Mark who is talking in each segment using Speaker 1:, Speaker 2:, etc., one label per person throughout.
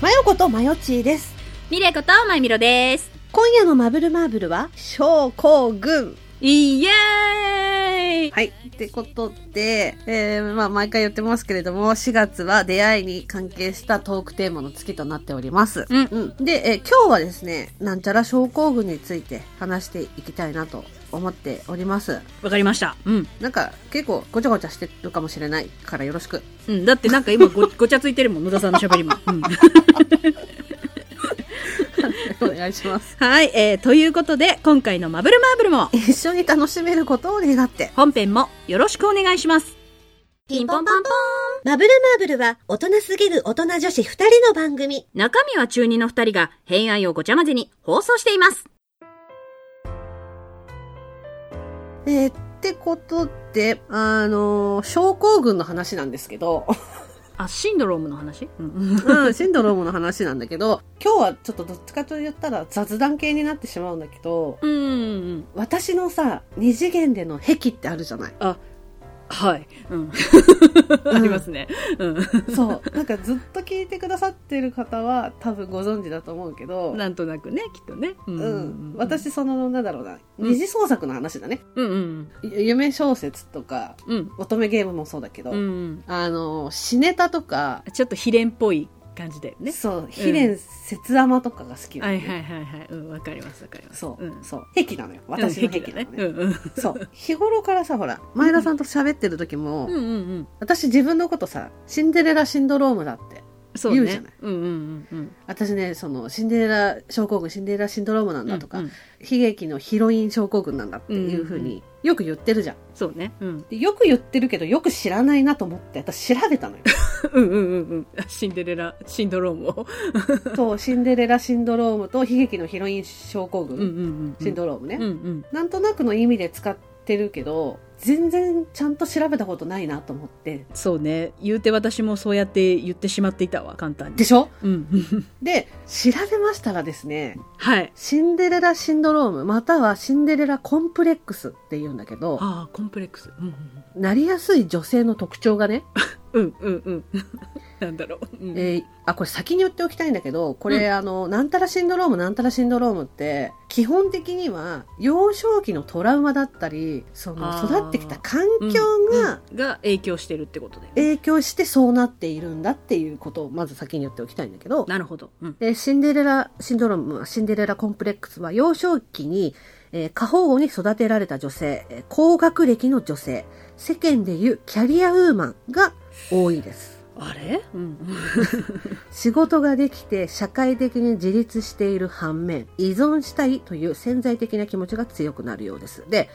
Speaker 1: マヨことマヨチーです。
Speaker 2: ミレコとマイミロです。
Speaker 1: 今夜のマブルマーブルは、症候群。
Speaker 2: イエーイ
Speaker 1: はい。ってことで、えー、まあ、毎回言ってますけれども、4月は出会いに関係したトークテーマの月となっております。
Speaker 2: うん
Speaker 1: うん。で、えー今日はですね、なんちゃら症候群について話していきたいなと思っております。
Speaker 2: わかりました。うん。
Speaker 1: なんか、結構ごちゃごちゃしてるかもしれないからよろしく。
Speaker 2: うん。だってなんか今 ごごちゃついてるもん、野田さんの喋りも。うん、
Speaker 1: お願いします。
Speaker 2: はい、えー、ということで、今回のマブルマーブルも、
Speaker 1: 一緒に楽しめることを願って。
Speaker 2: 本編もよろしくお願いします。
Speaker 3: ピンポンパンポーンマブルマーブルは大人すぎる大人女子二人の番組。
Speaker 2: 中身は中二の二人が、偏愛をごちゃ混ぜに放送しています。
Speaker 1: えーってことで、あのー症候群の話なんですけど、
Speaker 2: あ、シンドロームの話うん。
Speaker 1: うん、シンドロームの話なんだけど、今日はちょっとどっちかと言ったら雑談系になってしまうんだけど、
Speaker 2: うん。
Speaker 1: 私のさ、二次元での癖ってあるじゃない
Speaker 2: はい。 うん。ありますね。う
Speaker 1: そう。なんかずっと聞いてくださってる方は多分ご存知だと思うけど
Speaker 2: ん。、なんとなくね、きっとね。う
Speaker 1: うん。。私、その、なんだろうな、
Speaker 2: うん
Speaker 1: 二次創作の話だね。
Speaker 2: うんうん。
Speaker 1: ゆ夢小説とか、
Speaker 2: うん。
Speaker 1: 乙女ゲームもそうだけど、
Speaker 2: うん。
Speaker 1: あの、死ネタとか、
Speaker 2: ちょっと秘伝っぽい感じだよね。
Speaker 1: そう、秘伝節甘とかが好きな
Speaker 2: は
Speaker 1: のね
Speaker 2: いはいはいはい。うん、わかりますわかります。
Speaker 1: そう、
Speaker 2: ん、
Speaker 1: そう。癖なのよ。私の癖
Speaker 2: うん
Speaker 1: なのね。
Speaker 2: うんうん。
Speaker 1: そう。日頃からさ、ほら、前田さんと喋ってる時も、
Speaker 2: うんうんうん。
Speaker 1: 私自分のことさ、シンデレラシンドロームだって。
Speaker 2: そうね。
Speaker 1: 言うじゃない
Speaker 2: うんうんうんうん。
Speaker 1: 私ね、その、シンデレラ症候群、シンデレラシンドロームなんだとか、
Speaker 2: うんうん
Speaker 1: 悲劇のヒロイン症候群なんだっていうふうに、よく言ってるじゃん。
Speaker 2: そうね。うん。
Speaker 1: でよく言ってるけど、よく知らないなと思って、私調べたのよ。
Speaker 2: うんうんうんうん。シンデレラシンドロームを。
Speaker 1: そう、シンデレラシンドロームと悲劇のヒロイン症候群、
Speaker 2: うんうんうん。
Speaker 1: シンドロームね、
Speaker 2: うんうん。
Speaker 1: なんとなくの意味で使ってるけど、全然ちゃんと調べたことないなと思って。
Speaker 2: そうね。言うて私もそうやって言ってしまっていたわ、簡単に。
Speaker 1: でしょ
Speaker 2: うん。
Speaker 1: で、調べましたらですね、
Speaker 2: はい。
Speaker 1: シンデレラシンドローム、またはシンデレラコンプレックスって言うんだけど、
Speaker 2: ああ、コンプレックス。うん
Speaker 1: なりやすい女性の特徴がね、
Speaker 2: うんうん。うんうんうん。 なんだろう。うん
Speaker 1: えーあ、これ先に言っておきたいんだけど、これ、あの、なんたらシンドローム、なんたらシンドロームって、基本的には、幼少期のトラウマだったり、その、
Speaker 2: あー
Speaker 1: 育ってきた環境が
Speaker 2: が影響してるってことだよね。
Speaker 1: 影響してそうなっているんだっていうことを、まず先に言っておきたいんだけど、
Speaker 2: なるほど。うん。
Speaker 1: でシンデレラシンドローム、シンデレラコンプレックスは幼少期に、えー過保護に育てられた女性、えー高学歴の女性、世間でいうキャリアウーマンが多いです。
Speaker 2: あれうん
Speaker 1: 仕事ができて社会的に自立している反面、依存したいという潜在的な気持ちが強くなるようです。で、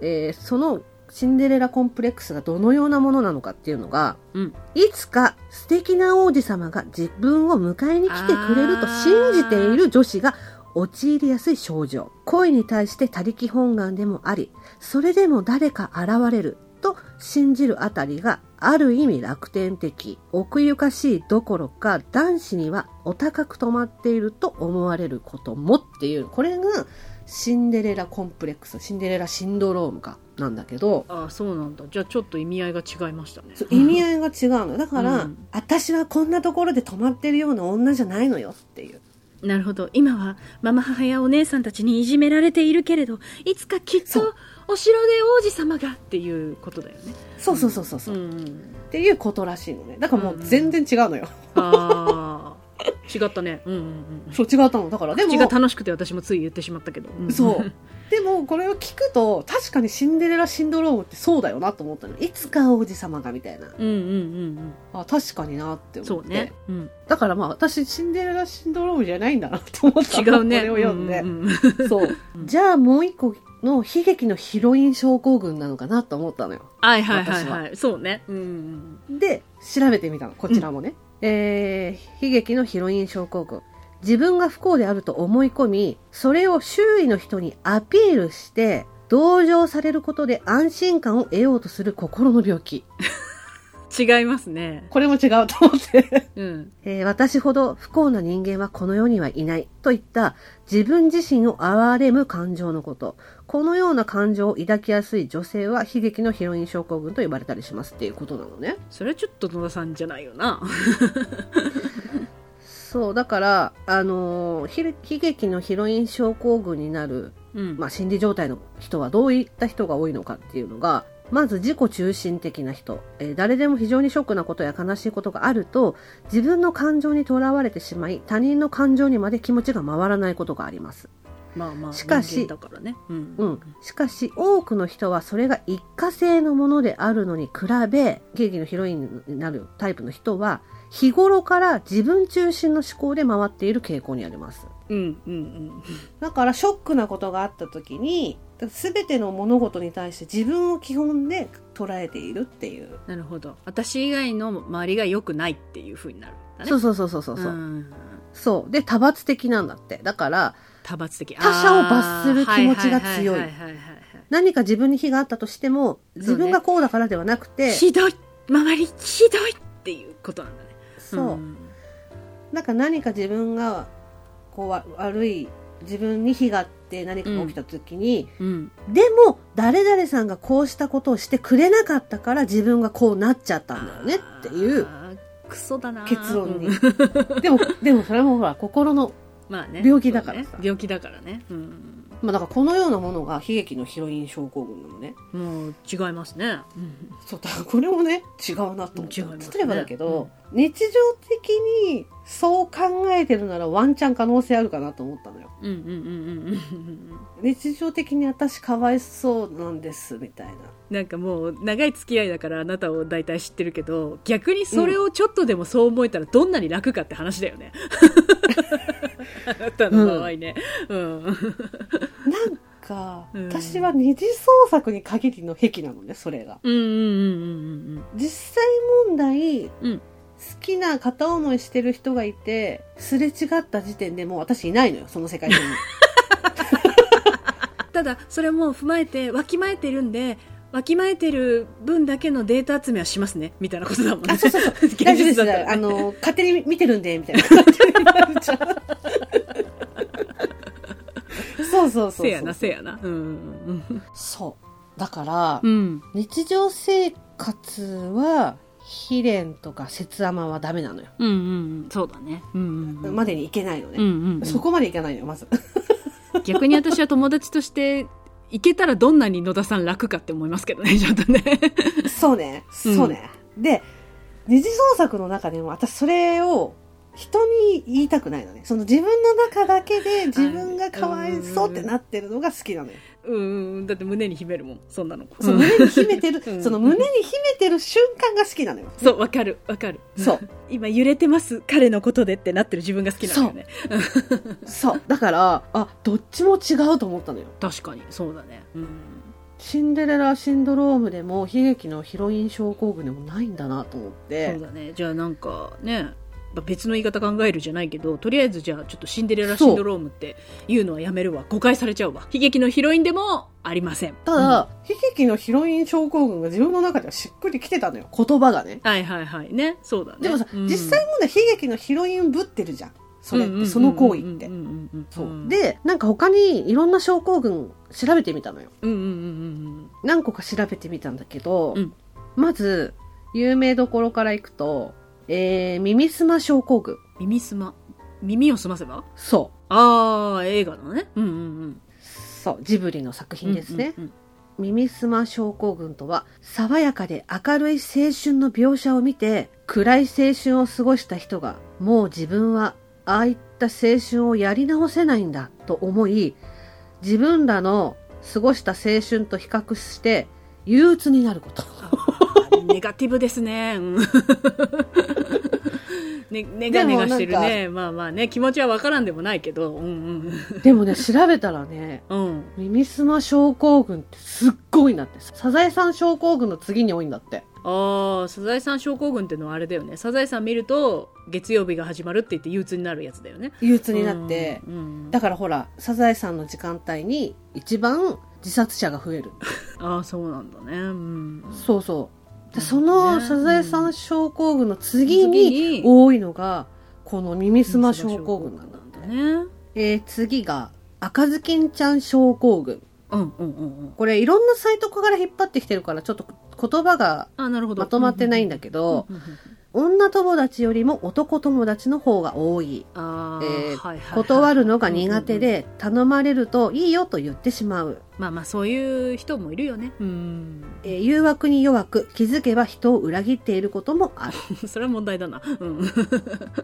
Speaker 1: えーそのシンデレラコンプレックスがどのようなものなのかっていうのが、
Speaker 2: うん。
Speaker 1: いつか素敵な王子様が自分を迎えに来てくれると信じている女子が陥りやすい症状。恋に対して他力本願でもあり、それでも誰か現れると信じるあたりがある意味楽天的。奥ゆかしいどころか男子にはお高く止まっていると思われることもっていう、これがシンデレラコンプレックス、シンデレラシンドロームかなんだけど、
Speaker 2: ああそうなんだじゃあちょっと意味合いが違いましたね
Speaker 1: そう意味合いが違うのだから、
Speaker 2: うん
Speaker 1: 私はこんなところで止まってるような女じゃないのよっていう
Speaker 2: なるほど今はママ母やお姉さんたちにいじめられているけれどいつかきっ
Speaker 1: そ
Speaker 2: と
Speaker 1: う
Speaker 2: お城で王子様がっていうことだよね
Speaker 1: そうそうそうそうそう、
Speaker 2: ん
Speaker 1: っていうことらしいのねだからもう全然違うのよ、
Speaker 2: ああ違ったねうんうんうん
Speaker 1: そう違ったのだからでも
Speaker 2: 口が楽しくて私もつい言ってしまったけど、うん
Speaker 1: そうでもこれを聞くと確かにシンデレラシンドロームってそうだよなと思ったのいつか王子様がみたいな
Speaker 2: うんうんうん
Speaker 1: あ確かになって
Speaker 2: うん
Speaker 1: 思っ
Speaker 2: そう
Speaker 1: て
Speaker 2: ね、うん、
Speaker 1: だからまあ私シンデレラシンドロームじゃないんだなって思った
Speaker 2: 違
Speaker 1: の
Speaker 2: うね
Speaker 1: これを読んで、
Speaker 2: うんうんうん
Speaker 1: そう
Speaker 2: うん
Speaker 1: じゃあもう一個の悲劇のヒロイン症候群なのかなと思ったのよ
Speaker 2: はいはいはい
Speaker 1: 私
Speaker 2: は
Speaker 1: はい
Speaker 2: そうねうんうん
Speaker 1: で、調べてみたの、こちらもね。えー、悲劇のヒロイン症候群。自分が不幸であると思い込み、それを周囲の人にアピールして、同情されることで安心感を得ようとする心の病気。
Speaker 2: うん違いますね
Speaker 1: これも違うと思って。
Speaker 2: うん
Speaker 1: えー私ほど不幸な人間はこの世にはいないといった自分自身を憐れむ感情のこと。このような感情を抱きやすい女性は悲劇のヒロイン症候群と呼ばれたりしますっていうことなのね。
Speaker 2: それはちょっと野田さんじゃないよな
Speaker 1: そう、だから、あのーひ悲劇のヒロイン症候群になる、
Speaker 2: うん
Speaker 1: まあ、心理状態の人はどういった人が多いのかっていうのが、まず自己中心的な人、えー誰でも非常にショックなことや悲しいことがあると、自分の感情にとらわれてしまい、他人の感情にまで気持ちが回らないことがあります。
Speaker 2: まあまあ
Speaker 1: しかし
Speaker 2: 人間だからねうん
Speaker 1: うん、しかし多くの人はそれが一過性のものであるのに比べケーキのヒロインになるタイプの人は日頃から自分中心の思考で回っている傾向にあります
Speaker 2: うんうん
Speaker 1: だからショックなことがあった時に全ての物事に対して自分を基本で捉えているっていう、
Speaker 2: なるほど私以外の周りが良くないっていうふうになるんだね
Speaker 1: そううそうそうそうそう、
Speaker 2: ん
Speaker 1: そうで他罰的なんだってだから
Speaker 2: 多発的
Speaker 1: 他者を罰する気持ちが強い
Speaker 2: あーはいはいはいはいはいはい
Speaker 1: 何か自分に非があったとしても自分がこうだからではなくて
Speaker 2: ひどい周りひどいっていうことなんだね
Speaker 1: そう、
Speaker 2: ん
Speaker 1: なんか何か自分がこうわ悪い自分に非があって何かが起きた時に、
Speaker 2: うん
Speaker 1: でも誰々さんがこうしたことをしてくれなかったから自分がこうなっちゃったんだよねっていう
Speaker 2: あークソだな
Speaker 1: 結論に
Speaker 2: うん
Speaker 1: でもでもそれもほら心の、
Speaker 2: まあね
Speaker 1: 病気だからさ
Speaker 2: そうね病気だからねうん
Speaker 1: まあ、だからこのようなものが悲劇のヒロイン症候群なのね
Speaker 2: もう違いますね、うん
Speaker 1: そうだからこれもね違うなと思っ
Speaker 2: 違い
Speaker 1: た、
Speaker 2: ますね
Speaker 1: 例えばだけど、日常的にそう考えてるならワンチャン可能性あるかなと思ったのよ
Speaker 2: うんうんうんうんうんうん
Speaker 1: 日常的に私かわいそうなんですみたいな
Speaker 2: なんかもう長い付き合いだからあなたを大体知ってるけど逆にそれをちょっとでもそう思えたらどんなに楽かって話だよ ね、 あなたの場合ね、うん
Speaker 1: なんか、
Speaker 2: うん
Speaker 1: 私は二次創作に限りの癖なのねそれが
Speaker 2: うんうんうんうん
Speaker 1: 実際問題、
Speaker 2: うん
Speaker 1: 好きな片思いしてる人がいてすれ違った時点でもう私いないのよその世界線に
Speaker 2: ただそれも踏まえてわきまえてるんでわきまえてる分だけのデータ集めはしますねみたいなことだもんね
Speaker 1: あそうそうそう
Speaker 2: 現
Speaker 1: 大丈夫で
Speaker 2: 実
Speaker 1: す、
Speaker 2: だったら
Speaker 1: あの勝手に見てるんでみたい な感じになっちゃうそうそうそうそう
Speaker 2: せやなせやなうんうん
Speaker 1: そうだから、
Speaker 2: うんうん
Speaker 1: 日常生活は悲恋とか節甘はダメなのよ、
Speaker 2: うんうんうんそうだねうんうんうん
Speaker 1: までにいけないのね、
Speaker 2: うんうんうん
Speaker 1: そこまでいかないのよまず
Speaker 2: 逆に私は友達として行けたらどんなに野田さん楽かって思いますけどね ちょっとね
Speaker 1: そうね、
Speaker 2: うん
Speaker 1: そうね。で、二次創作の中でも私それを人に言いたくないのね。その自分の中だけで自分がかわいそうってなってるのが好きなのよ。
Speaker 2: うんだって胸に秘めるもんそんなの
Speaker 1: その
Speaker 2: うん
Speaker 1: 胸に秘めてる、
Speaker 2: うん
Speaker 1: その胸に秘めてる瞬間が好きなのよ。
Speaker 2: そうわかるわかる
Speaker 1: そう、
Speaker 2: 今揺れてます彼のことでってなってる自分が好きなんだよね
Speaker 1: そう。だから、あ、どっちも違うと思ったのよ。
Speaker 2: 確かにそうだねうん
Speaker 1: シンデレラシンドロームでも悲劇のヒロイン症候群でもないんだなと思って
Speaker 2: そう。だねじゃあなんかねまあ別の言い方考えるじゃないけどとりあえずじゃあちょっとシンデレラシンドロームっていうのはやめるわ誤解されちゃうわ悲劇のヒロインでもありません
Speaker 1: ただ、悲劇のヒロイン症候群が自分の中ではしっくりきてたのよ。言葉がね。
Speaker 2: うんはいはいはいねそうだね
Speaker 1: でもさ、
Speaker 2: うん
Speaker 1: 実際問題悲劇のヒロインぶってるじゃんそれって、
Speaker 2: うんうんうんうんうん
Speaker 1: その行為って、
Speaker 2: うんうんうんん
Speaker 1: そうでなんか他にいろんな症候群調べてみたのよ
Speaker 2: うんうんうん
Speaker 1: 何個か調べてみたんだけど、
Speaker 2: うん
Speaker 1: まず有名どころからいくとえー、耳すま症候群
Speaker 2: うん耳すま耳をすませば
Speaker 1: そ
Speaker 2: ああ映画のねうんう
Speaker 1: う
Speaker 2: ん
Speaker 1: そうジブリの作
Speaker 2: うん
Speaker 1: 品ですね、
Speaker 2: うんうん
Speaker 1: 耳すま症候群とは爽やかで明るい青春の描写を見て暗い青春を過ごした人がもう自分はああいった青春をやり直せないんだと思い自分らの過ごした青春と比較して憂鬱になること
Speaker 2: あー ネガティブですねうん ねネガネガしてるねまあまあね気持ちはわからんでもないけどうん
Speaker 1: でもね調べたらね
Speaker 2: うんうん
Speaker 1: 耳すま症候群ってすっごいなってサザエさん症候群の次に多いんだって
Speaker 2: ああサザエさん症候群ってのはあれだよねサザエさん見ると月曜日が始まるって言って憂鬱になるやつだよね
Speaker 1: 憂鬱になって
Speaker 2: うんうん
Speaker 1: だからほらサザエさんの時間帯に一番自殺者が増える
Speaker 2: ああそうなんだねうん
Speaker 1: そうそう。で
Speaker 2: なる
Speaker 1: そ
Speaker 2: ほどね
Speaker 1: のサザエさん症候群の次
Speaker 2: 次
Speaker 1: に
Speaker 2: に
Speaker 1: 多いのが、この耳すま症候群なんだ。
Speaker 2: ね
Speaker 1: えー、次が、赤ずきんちゃん症候群。
Speaker 2: うんうんうんうん
Speaker 1: これいろんなサイトから引っ張ってきてるから、ちょっと言葉が
Speaker 2: あなるほど
Speaker 1: まとまってないんだ
Speaker 2: け
Speaker 1: けど、
Speaker 2: うんうんうん
Speaker 1: 女友達よりも男友達の方が多い。
Speaker 2: あー
Speaker 1: えー
Speaker 2: はいはいはい
Speaker 1: 断るのが苦手で、頼まれるといいよと言ってしまう。
Speaker 2: まあまあそういう人もいるよね うん
Speaker 1: えー誘惑に弱く、気づけば人を裏切っていることもある。
Speaker 2: それは問題だなうん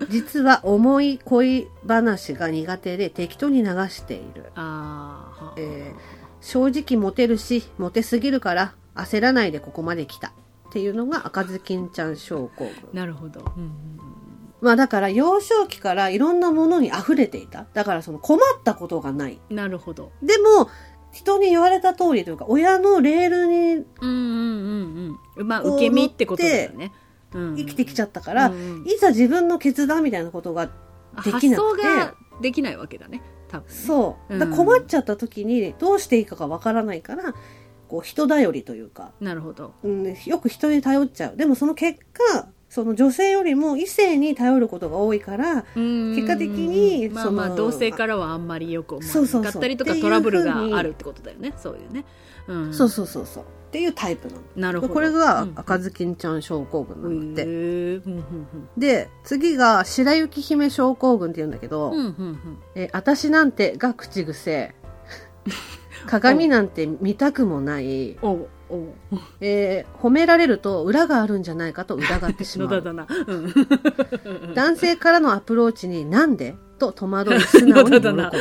Speaker 1: 実は重い恋話が苦手で適当に流している。
Speaker 2: あーはあ
Speaker 1: えー正直モテるし、モテすぎるから焦らないでここまで来た。っていうのが赤ずきんちゃん症候群。
Speaker 2: なるほど、うんうん
Speaker 1: まあだから幼少期からいろんなものに溢れていた。だからその困ったことがない。
Speaker 2: うん、なるほど
Speaker 1: でも、人に言われた通りというか、親のレールに
Speaker 2: うんうんうんうんまあ
Speaker 1: こう
Speaker 2: 受け身ってことだよね、うん、
Speaker 1: 生きてきちゃ
Speaker 2: っ
Speaker 1: ったから、いざ自分の決断みたいなことが、できなくて
Speaker 2: 発想ができないわけだね多分ね
Speaker 1: そう。だから困っちゃった時にどうしていいかがわからないから、こう人頼りというか、
Speaker 2: なるほど
Speaker 1: うん、よく人に頼っちゃう。でもその結果、その女性よりも異性に頼ることが多いから、
Speaker 2: 結
Speaker 1: 結果的に
Speaker 2: まあ
Speaker 1: その
Speaker 2: まあ同性からはあんまりよく思
Speaker 1: そうそ
Speaker 2: わ
Speaker 1: う
Speaker 2: な
Speaker 1: そ
Speaker 2: か
Speaker 1: う
Speaker 2: ったりとか
Speaker 1: っていう
Speaker 2: トラブル
Speaker 1: ふうに
Speaker 2: があるってことだよねそういうね、うん、
Speaker 1: そうそうそうそう。っていうタイプなの。
Speaker 2: なるほど
Speaker 1: これが
Speaker 2: うん
Speaker 1: 赤ずきんちゃん症候群なんだって。
Speaker 2: へえふんふんふん
Speaker 1: で、次が白雪姫症候群って言うんだけど、
Speaker 2: うんふんふん
Speaker 1: え、私なんてが口 癖。鏡なんて見たくもない。
Speaker 2: おうおう
Speaker 1: えー褒められると裏があるんじゃないかと疑って しま
Speaker 2: 野田
Speaker 1: う。
Speaker 2: だなうん
Speaker 1: 男性からのアプローチになんでと戸惑い素直に 喜ぶ。
Speaker 2: 野田だな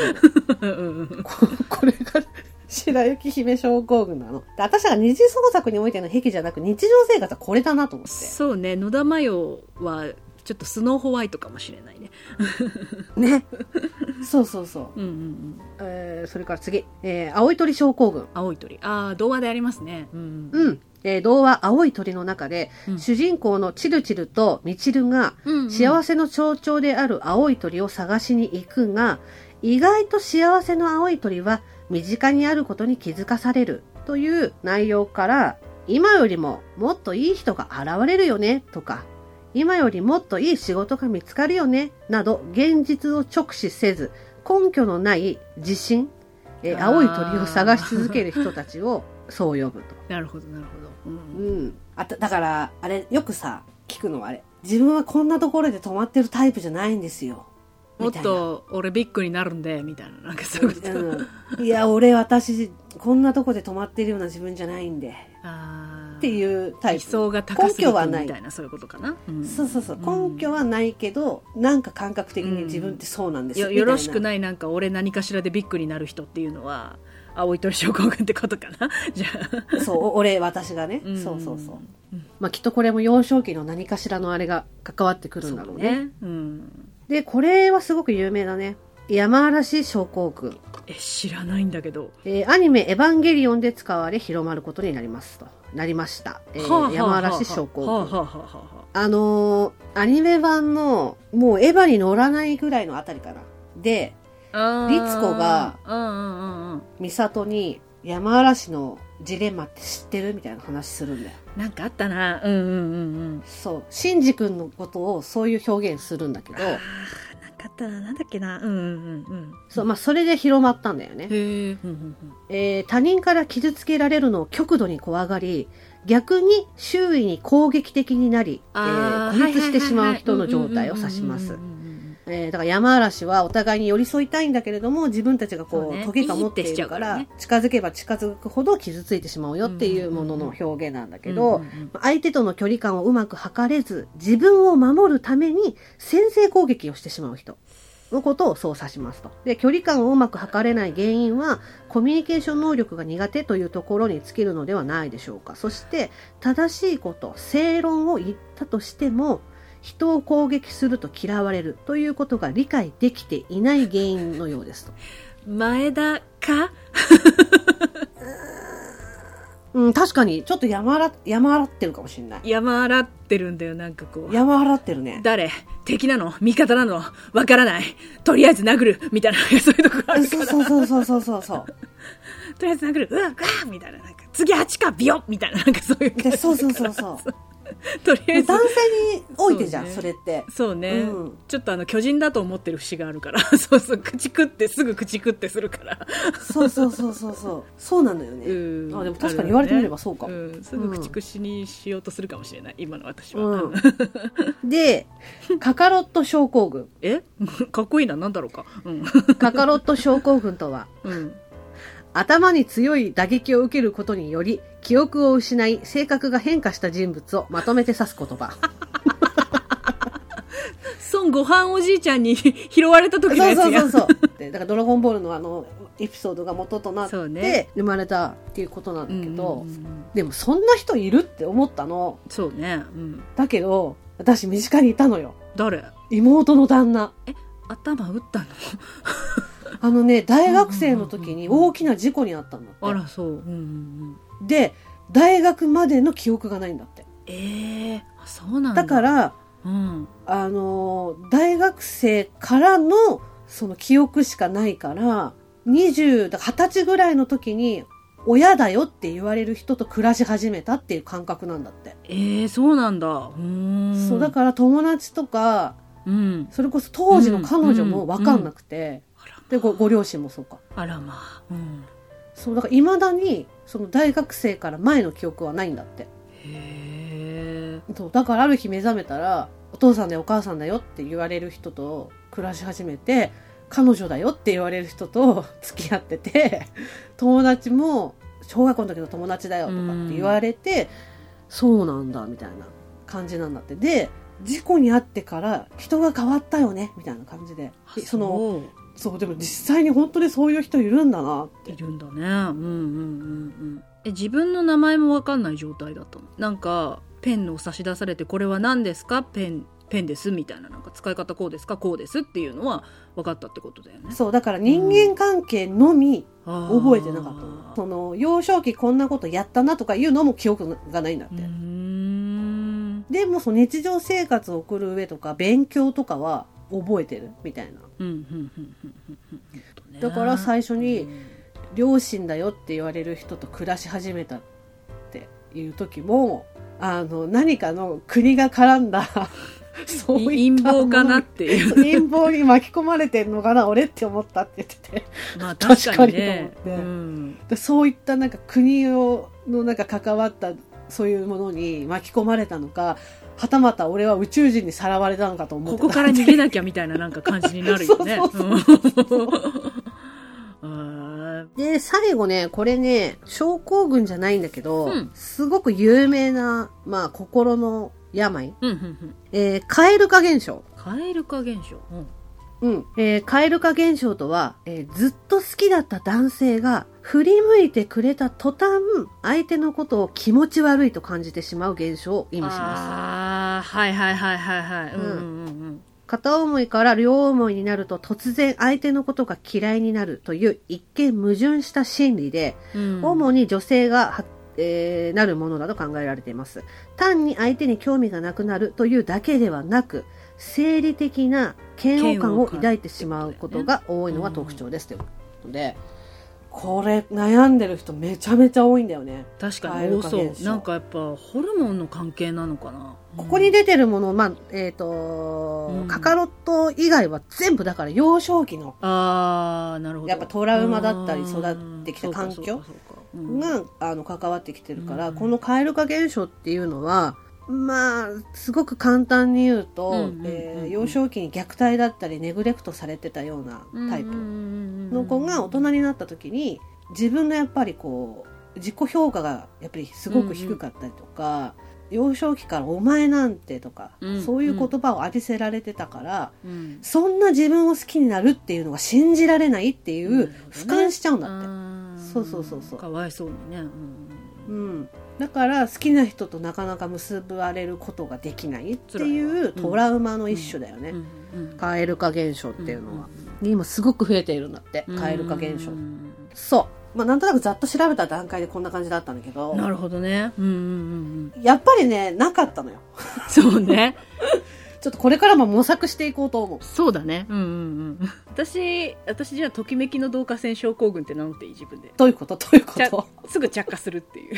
Speaker 2: うん
Speaker 1: こ これが白雪姫症候群なの。で私らが二次創作においての癖じゃなく日常生活はこれだなと思って。
Speaker 2: そうね野田真世はちょっとスノーホワイトかもしれないね
Speaker 1: ね。 そうそうそう。
Speaker 2: うんうんうん
Speaker 1: えーそれから次。えー青い鳥症候群。
Speaker 2: 青い鳥ああ童話でありますねうん
Speaker 1: う、ん。えー童話青い鳥の中で、
Speaker 2: うん
Speaker 1: 主人公のチルチルとミチルが、
Speaker 2: うんうん、
Speaker 1: 幸せの象徴である青い鳥を探しに行くが、意外と幸せの青い鳥は身近にあることに気づかされるという内容から、今よりももっといい人が現れるよねとか、今よりもっといい仕事が見つかるよねなど、現実を直視せず、根拠のない自信、えー
Speaker 2: あー
Speaker 1: 青い鳥を探し続ける人たちをそう呼ぶと。
Speaker 2: なるほどなるほど、うん
Speaker 1: うん。あと、だから、あれ、よくさ、聞くのはあれ。自分はこんなところで止まってるタイプじゃないんですよ。
Speaker 2: もっ
Speaker 1: みたいな。
Speaker 2: と俺ビッグになるんでみたいななんかそういうこと、
Speaker 1: うん、いや、俺、私、こんなとこで止まってるような自分じゃないんで。
Speaker 2: あー
Speaker 1: っていうタイ
Speaker 2: 理
Speaker 1: プ。
Speaker 2: 想が高すぎ
Speaker 1: 根拠は
Speaker 2: て
Speaker 1: ない
Speaker 2: みたいなそういうことかな、うん
Speaker 1: そうそうそう。
Speaker 2: うん
Speaker 1: 根拠はないけど、なんか感覚的に自分ってそうなんです
Speaker 2: よよろしく
Speaker 1: い。
Speaker 2: ないなんか俺何かしらでビッグになる人っていうのは青い鳥症候群ってことかな じゃあ、
Speaker 1: みたいなそう、お俺、私がね。
Speaker 2: ん
Speaker 1: そうそうそう。まあ、きっとこれも幼少期の何かしらのあれが関わってくるんだろうね。
Speaker 2: うん、
Speaker 1: で、これはすごく有名だね。山嵐症候群。
Speaker 2: え知らないんだけど
Speaker 1: えーアニメ「エヴァンゲリオン」で使われ広まることになりますとなりました、えー山嵐症候群、
Speaker 2: はあはあはあはあは
Speaker 1: あのーアニメ版のもうエヴァに乗らないぐらいのあたりかなで
Speaker 2: ああー
Speaker 1: 律子が
Speaker 2: うんうんうんうん
Speaker 1: 美里に山嵐のジレンマって知ってるみたいな話するんだよ
Speaker 2: なんかあったなうんうんうんうん
Speaker 1: そうシンジ君のことをそういう表現するんだけど
Speaker 2: あーなんかあったななんだっけなうんうんうんうん
Speaker 1: そう、まあ、それで広まったんだよね、
Speaker 2: へえ、うんうんうん
Speaker 1: えー他人から傷つけられるのを極度に怖がり逆に周囲に攻撃的になり、えー
Speaker 2: あー
Speaker 1: 孤立してしまう人の状態を指しま。
Speaker 2: は
Speaker 1: す
Speaker 2: いはいはいはいうんうんうんうんう。ん
Speaker 1: えー、だから山嵐はお互いに寄り添いたいんだけれども自分たちがこ
Speaker 2: そううね
Speaker 1: トゲが持っているから
Speaker 2: いじって
Speaker 1: 近づけば近づくほど傷ついてしまうよっていうものの表現なんだけど、
Speaker 2: うんうんうん
Speaker 1: 相手との距離感をうまく測れず自分を守るために先制攻撃をしてしまう人のことを操作しますと。で距離感をうまく測れない原因はコミュニケーション能力が苦手というところに尽きるのではないでしょうか。そして正しいこと正論を言ったとしても人を攻撃すると嫌われるということが理解できていない原因のようですと。
Speaker 2: 前田か
Speaker 1: うん、確かにちょっと山ら山洗ってるかもしれない。
Speaker 2: 山洗ってるんだよ、なんかこう。
Speaker 1: 山洗ってるね。
Speaker 2: 誰敵なの味方なのわからない。とりあえず殴るみたいな、そういうとこあるか
Speaker 1: そう
Speaker 2: ら。
Speaker 1: そうそうそうそうそうそう。
Speaker 2: とりあえず殴るうわ、うわみたいな。なんか次8か、ビヨッみたいな、なんかそういう
Speaker 1: で
Speaker 2: 感じ
Speaker 1: そうそうそうそう。
Speaker 2: とりあ えず
Speaker 1: 男性においてじゃんそ,、
Speaker 2: そう
Speaker 1: れ
Speaker 2: ね
Speaker 1: って
Speaker 2: そうね、
Speaker 1: うん
Speaker 2: ちょっとあの巨人だと思ってる節があるから そうそう口食ってすぐ口食ってするから
Speaker 1: そうそうそうそうそうそうなのよね、
Speaker 2: うん
Speaker 1: あでも確かに言われてみればそうかも、
Speaker 2: うん、すぐ口口にしようとするかもしれない今の私は、
Speaker 1: うんでカカロット症候群
Speaker 2: えかっこいいななんだろうかうん、
Speaker 1: カカロット症候群とは
Speaker 2: うん、
Speaker 1: 頭に強い打撃を受けることにより記憶を失い性格が変化した人物をまとめて指す言 葉
Speaker 2: 孫悟飯おじいちゃんに 拾われた時
Speaker 1: そ
Speaker 2: の
Speaker 1: う
Speaker 2: やつ
Speaker 1: そう
Speaker 2: や
Speaker 1: そうそうでだから「ドラゴンボール」のあのエピソードが元となっ
Speaker 2: そう
Speaker 1: て
Speaker 2: ね
Speaker 1: 生まれたっていうことなん
Speaker 2: うん
Speaker 1: だけど、
Speaker 2: うんうん
Speaker 1: でもそんな人いるって思ったの
Speaker 2: そうね、うん、
Speaker 1: だけど私身近にいたのよ
Speaker 2: 誰
Speaker 1: 妹の旦那
Speaker 2: 頭打ったの
Speaker 1: あのね大学生の時に
Speaker 2: うんうんうんうん
Speaker 1: 大きな事故にあったんだって
Speaker 2: あらそう、うんうんうん、
Speaker 1: で大学までの記憶がないんだって
Speaker 2: ええあそうなんだ
Speaker 1: だから
Speaker 2: うん、
Speaker 1: あのー大学生からのその記憶しかないから20だから20歳ぐらいの時に親だよって言われる人と暮らし始めたっていう感覚なんだって、
Speaker 2: ええそうなんだうーん
Speaker 1: そうだから友達とか
Speaker 2: うん
Speaker 1: それこそ当時の彼女も分かんなくて、
Speaker 2: あら
Speaker 1: でごご両親もそうか
Speaker 2: あらまあ、うん、
Speaker 1: そうだからいまだにその大学生から前の記憶はないんだって
Speaker 2: へえ
Speaker 1: そうだからある日目覚めたらお父さんだよお母さんだよって言われる人と暮らし始めて彼女だよって言われる人と 付き合ってて友達も小学校の時の友達だよとかって言われて、そうなんだみたいな感じなんだってで事故に遭ってから人が変わったよねみたいな感じででそのそうでも実際に本当にそういう人いるんだなって
Speaker 2: いるんだねうんうんうんうんえ自分の名前も分かんない状態だったのなんかペンを差し出されて「これは何ですかペンペンです」みたいななんか使い方こうですかこうですっていうのは分かったってことだよね
Speaker 1: そうだから人間関係のみ覚
Speaker 2: 覚
Speaker 1: えてなかったのその幼少期こんなことやったなとかいうのも記憶がないんだっ
Speaker 2: う
Speaker 1: て、
Speaker 2: ーん
Speaker 1: でもその日常生活を送る上とか勉強とかは覚えてるみたいな
Speaker 2: うんうんうんうんうんうんうんね
Speaker 1: だから最初
Speaker 2: う
Speaker 1: に
Speaker 2: ん
Speaker 1: 両親だよって言われる人と暮らし始めたっていう時もあの何かの国が絡んだそうい
Speaker 2: 陰
Speaker 1: った
Speaker 2: 謀かなってい う
Speaker 1: そう陰謀に巻き込まれてんのかな俺って思ったって言ってて
Speaker 2: まあ
Speaker 1: 確
Speaker 2: 確
Speaker 1: か
Speaker 2: か
Speaker 1: に
Speaker 2: にね
Speaker 1: と思って
Speaker 2: うん
Speaker 1: でそういったなんか国をのなんか関わったそういうものに巻き込まれたのかはたまた俺は宇宙人にさらわれたのかと思って
Speaker 2: こ
Speaker 1: た
Speaker 2: こから逃げなきゃみたいななんか感じになるよね。
Speaker 1: そうそう
Speaker 2: うんあー
Speaker 1: で、最後ね、これね、症候群じゃないんだけど、
Speaker 2: うん
Speaker 1: すごく有名な、まあ、心の病。
Speaker 2: うんうんうん
Speaker 1: えー、蛙化現象。
Speaker 2: 蛙化現象、うん
Speaker 1: うん。えー、蛙化現象とは、えーずっと好きだった男性が、振り向いてくれた途端、相手のことを気持ち悪いと感じてしまう現象を意味します。
Speaker 2: ああはいはいはいはいはい。うんうんうん
Speaker 1: 片思いから両思いになると突然相手のことが嫌いになるという一見矛盾した心理で、
Speaker 2: うん。
Speaker 1: 主に女性がは、えーなるものだと考えられています。単に相手に興味がなくなるというだけではなく、生理的な嫌悪感を抱いてしまうことが多いのが特徴ですということで、これ悩んでる人めちゃめちゃ多いんだよね。
Speaker 2: 確かに多
Speaker 1: 蛙化
Speaker 2: そう
Speaker 1: 現。象
Speaker 2: なんかやっぱホルモンの関係なのかな。
Speaker 1: ここに出てるもの、まあ、えっ、と、
Speaker 2: うん
Speaker 1: カカロット以外は全部だから幼少期の
Speaker 2: ああなるほど。
Speaker 1: やっぱトラウマだったり育ってきた環境
Speaker 2: うんそうかそうかそうかうん
Speaker 1: が、あの関わってきてるから、
Speaker 2: うん
Speaker 1: この蛙化現象っていうのはまあすごく簡単に言うと、
Speaker 2: うんうんうんうん
Speaker 1: えー幼少期に虐待だったりネグレクトされてたようなタイ
Speaker 2: う
Speaker 1: プ
Speaker 2: んうんうんうん
Speaker 1: の子が大人になった時に自分のやっぱりこう自己評価がやっぱりすごく低かったりとか、幼少期から「お前なんて」とか、
Speaker 2: うん
Speaker 1: そういう言葉を浴びせられてたから、
Speaker 2: うん
Speaker 1: そんな自分を好きになるっていうのが信じられないってい
Speaker 2: な
Speaker 1: う
Speaker 2: るほどね
Speaker 1: 俯瞰しちゃうんだって。
Speaker 2: あー
Speaker 1: そうそうそうそう
Speaker 2: かわいそうにね、う
Speaker 1: う
Speaker 2: ん
Speaker 1: ん、だから好きな人となかなか結ばれることができないって
Speaker 2: 辛い
Speaker 1: いう
Speaker 2: わうん
Speaker 1: トラウマの一種だよ
Speaker 2: う
Speaker 1: ね、
Speaker 2: んうん、
Speaker 1: カエル化現象っていうのは、で今すごく増えているんだってカエル化現象、
Speaker 2: うん
Speaker 1: そう、まあ、なんとなくざっと調べた段階でこんな感じだったんだけど
Speaker 2: なるほどねうんうんうん
Speaker 1: やっぱりねなかったのよ
Speaker 2: うんそうね
Speaker 1: ちょっとこれからも模索していこうと思う
Speaker 2: そうだねうんうんうん私私じゃあときめきの導火線症候群って名乗っていい自分で
Speaker 1: どういうことどういうこ
Speaker 2: じゃ
Speaker 1: と
Speaker 2: すぐ着火するっていう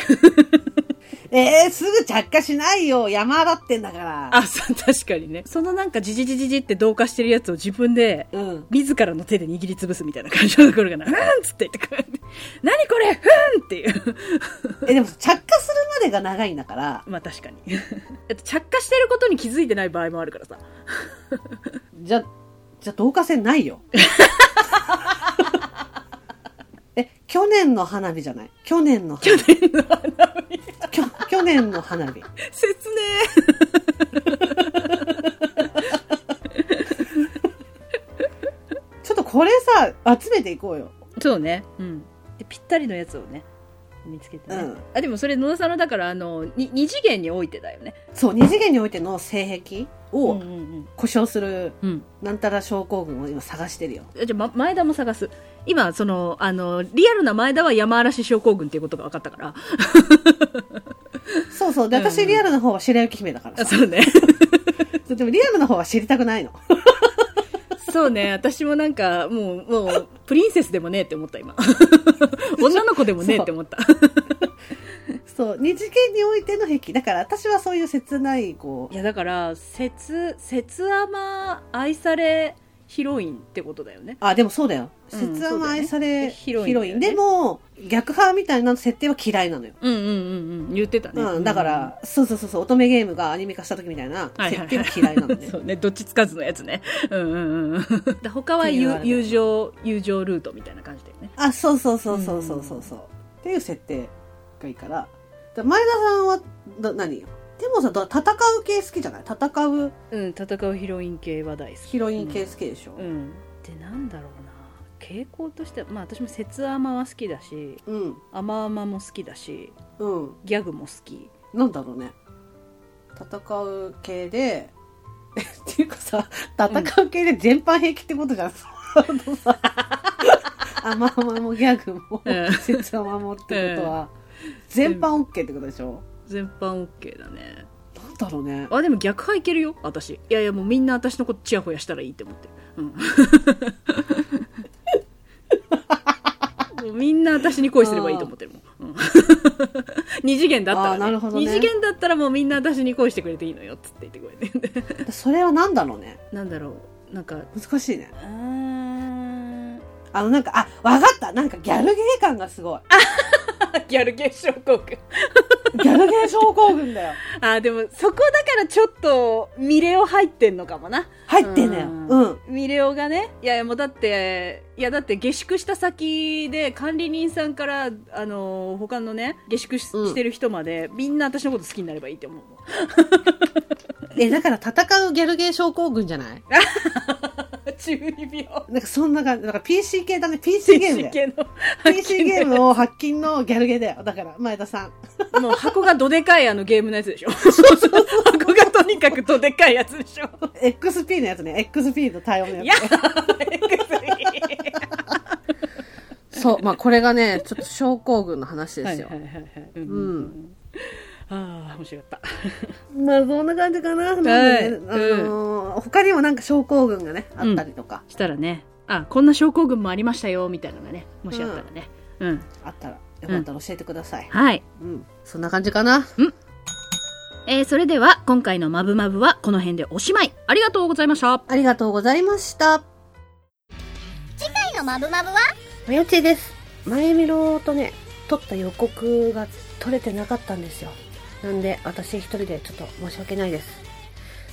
Speaker 1: えー、すぐ着火しないよ。山だってんだから。
Speaker 2: あ、そう確かにね。そのなんかじじじじじって同化してるやつを自分で、
Speaker 1: うん。
Speaker 2: 自らの手で握りつぶすみたいな感じのところがな、うんっつって言ってくる。何これふんっていう。
Speaker 1: え、でも着火するまでが長いんだから、
Speaker 2: まあ確かに。 えっと着火してることに気づいてない場合もあるからさ。
Speaker 1: じゃ、じゃ、導火線ない よ。え、去年の花火じゃない去年の花火。去年の花火。去年の花火。
Speaker 2: 説明
Speaker 1: ちょっとこれさ、集めていこうよ。
Speaker 2: そうね。うん。でぴったりのやつをね、見つけてね。
Speaker 1: うん
Speaker 2: あ、でもそれ野田さんの、だから、あの、に二次元においてだよね。
Speaker 1: そう、二次元においての性癖
Speaker 2: うん
Speaker 1: を
Speaker 2: うん
Speaker 1: 故障する、
Speaker 2: うん。うん。
Speaker 1: なんたら症候群を今探してるよ。
Speaker 2: じゃあ、ま、前田も探す。今、その、あの、リアルな前田は山嵐症候群っていうことが分かったから。
Speaker 1: そうそう。で、
Speaker 2: うんうん
Speaker 1: 私リアルの方は白雪姫だから
Speaker 2: あ
Speaker 1: さ。
Speaker 2: そうね。
Speaker 1: でもリアルの方は知りたくないの。
Speaker 2: そうね。私もなんか、もう、もう、プリンセスでもねえって思った、 今。女の子でもねえって思った。
Speaker 1: そう、二次元においての癖。だから私はそういう切ない、こ
Speaker 2: いや、だから、節、節甘愛されヒロインってことだよね。
Speaker 1: う。あ、でもそうだよ。
Speaker 2: うん
Speaker 1: 切断
Speaker 2: そうだ
Speaker 1: は
Speaker 2: よね
Speaker 1: 愛され、ヒロ
Speaker 2: 広
Speaker 1: イ
Speaker 2: い
Speaker 1: ン
Speaker 2: んだよ
Speaker 1: で
Speaker 2: ね
Speaker 1: も、逆派みたいな設定は嫌いなのよ。
Speaker 2: うんうんうんうん。言ってたね。
Speaker 1: うん、だから、そうそうそうそう、乙女ゲームがアニメ化した時みたいな
Speaker 2: はいは
Speaker 1: 設定
Speaker 2: い
Speaker 1: は嫌いなのね。
Speaker 2: そうね、どっちつかずのやつね。うんうんうん。だ他
Speaker 1: っ
Speaker 2: は
Speaker 1: て言
Speaker 2: 友
Speaker 1: われる
Speaker 2: 友情、友情ルートみたいな感じだよね。
Speaker 1: あ、そうそうそうそうそうそうそう。っていう設定がいいから。だ前田さんは、だ何でもさ、だ戦う系好きじゃない戦う
Speaker 2: うん、戦うヒロイン系は大好き。
Speaker 1: ヒロイン系好きでしょ、
Speaker 2: うん。で、なんだろうな。傾向としては、まあ私も節甘は好きだし、
Speaker 1: うん、
Speaker 2: 甘々も好きだし、
Speaker 1: うん。
Speaker 2: ギャグも好き。
Speaker 1: なんだろうね。戦う系で、えっていうかさ、戦う系で全般平気ってことじゃん。そうさ、あまあまもギャグも
Speaker 2: うん、
Speaker 1: 節を守ってことは、全般 OK ってことでしょ
Speaker 2: 全般 OK だね。
Speaker 1: なんだろうね。
Speaker 2: あ、でも逆派いけるよ、私。いやいや、もうみんな私のことチヤホヤしたらいいって思ってる。 うん。もうみんな私に恋すればいいと思ってるもん。 うん、二次元だったら、ね
Speaker 1: あーなるほどね
Speaker 2: 二次元だったらもうみんな私に恋してくれていいのよっつって言ってくれて。
Speaker 1: それはなんだろうね。
Speaker 2: なんだろう、なんか、
Speaker 1: 難しいね。
Speaker 2: あー
Speaker 1: あの、なんか、あ、わかったなんかギャルゲー感がすごい。
Speaker 2: ギャル現象国。
Speaker 1: ギャルゲー症候群だよ。
Speaker 2: あー、でもそこだからちょっとミレオ入ってんのかもな。
Speaker 1: 入ってんだよ。
Speaker 2: うん
Speaker 1: うん。
Speaker 2: ミレオがねいやいやもうだっていやだって下宿した先で管理人さんからあの他のね下宿し,、
Speaker 1: うん
Speaker 2: てる人までみんな私のこと好きになればいいって思う
Speaker 1: え、だから戦うギャルゲー症候群じゃない
Speaker 2: 12秒
Speaker 1: なんかそんな感じ。だから PC 系だね。PC ゲームだよ。
Speaker 2: 系
Speaker 1: PC ゲームを発禁のギャルゲーだよ。だから、前田さ ん。
Speaker 2: のもう箱がどでかいあのゲームのやつでし ょ箱がとにかくどでかいやつで しょ
Speaker 1: XP のやつね。XP の対応の
Speaker 2: い
Speaker 1: や
Speaker 2: や
Speaker 1: つ。そう。まあ、これがね、ちょっと症候群の話
Speaker 2: はいはいはいはいうん
Speaker 1: う
Speaker 2: ああ面白かった
Speaker 1: まあ、そんな感じかな。なんで
Speaker 2: はい
Speaker 1: ね、あのー他にもなんか症候群がね、あったりとか、
Speaker 2: したらねあこんな症候群もありましたよみたいなのがねもしあったらねうん、
Speaker 1: あったら、よかったら教えてください。
Speaker 2: はい
Speaker 1: うん。そんな感じかな。
Speaker 2: えーそれでは今回の「まぶまぶ」はこの辺でおしまいありがとうございました
Speaker 1: ありがとうございました。
Speaker 4: 回のマブマブは
Speaker 5: まやちです。前見ろとね、撮った予告が撮れてなかったんですよ。なんで、私一人でちょっと申し訳ないです。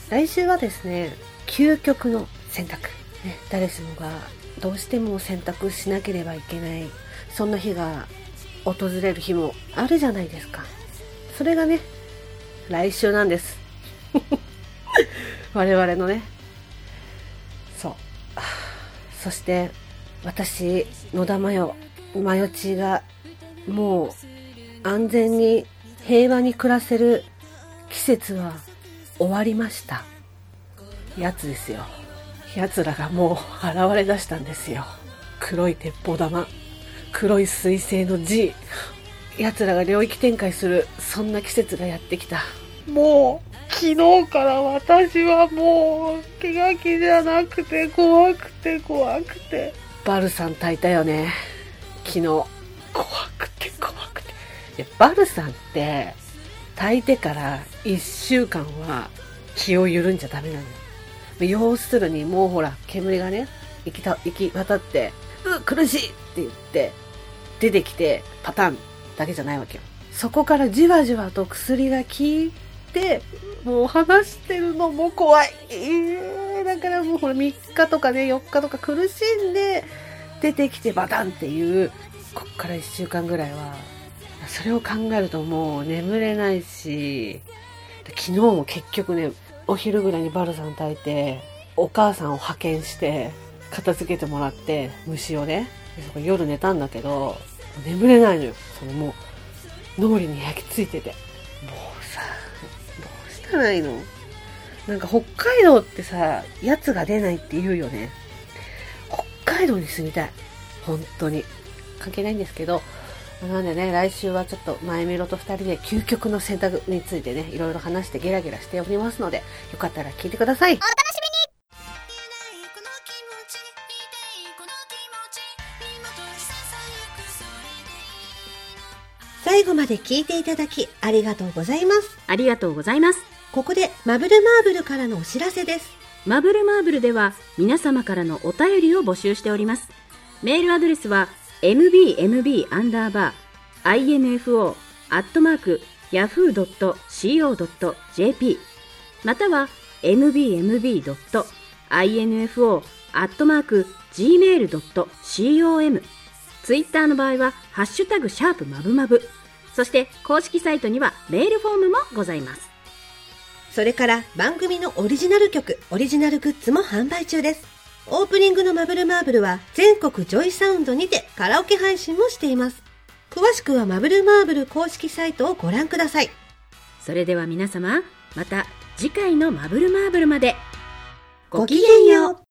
Speaker 5: 来週はですね、究極の選択。ね、誰しもがどうしても選択しなければいけない。そんな日が訪れる日もあるじゃないですか。それがね、来週なんです。 我々のね。そう。はあそして、私野田真代真代ちがもう安全に平和に暮らせる季節は終わりましたやつですよやつらがもう現れ出したんですよ黒い鉄砲玉黒い彗星の G やつらが領域展開するそんな季節がやってきたもう昨日から私はもう気が気じゃなくて怖くて怖くてバルさん炊いたよね昨日怖くて怖くていやバルさんって
Speaker 1: 炊いてから1週間は気を緩んじゃダメなのよ要するにもうほら煙がね行きた行き渡って「うっ苦しい!」って言って出てきてパターンだけじゃないわけよそこからじわじわと薬が効いてもう話してるのも怖いだからもうほら3日とかね4日とか苦しんで出てきてバタンっていうこっから1週間ぐらいはそれを考えるともう眠れないし昨日も結局ねお昼ぐらいにバルさん炊いてお母さんを派遣して片付けてもらって虫をねでそこ夜寝たんだけど眠れないのよそのもう脳裏に焼き付いててもうさどうしたらいいのなんか北海道ってさやつが出ないって言うよね北海道に住みたい本当に関係ないんですけどなんでね、来週はちょっと、前みろと二人で究極の選択についてね、いろいろ話してゲラゲラしておりますので、よかったら聞いてください。
Speaker 3: 最後まで聞いていただきありがとうございます。
Speaker 2: ありがとうございます。
Speaker 3: ここでマブルマーブルからのお知らせです。
Speaker 2: マブルマーブルでは皆様からのお便りを募集しております。メールアドレスは mbmb-info-yahoo.co.jp または mbmb.info-gmail.com ツイッターの場合はハッシュタグシャープマブマブそして公式サイトにはメールフォームもございます。
Speaker 3: それから番組のオリジナル曲、オリジナルグッズも販売中です。オープニングのマブルマーブルは全国ジョイサウンドにてカラオケ配信もしています。詳しくはマブルマーブル公式サイトをご覧ください。
Speaker 2: それでは皆様、また次回のマブルマーブルまで。
Speaker 3: ごきげんよう。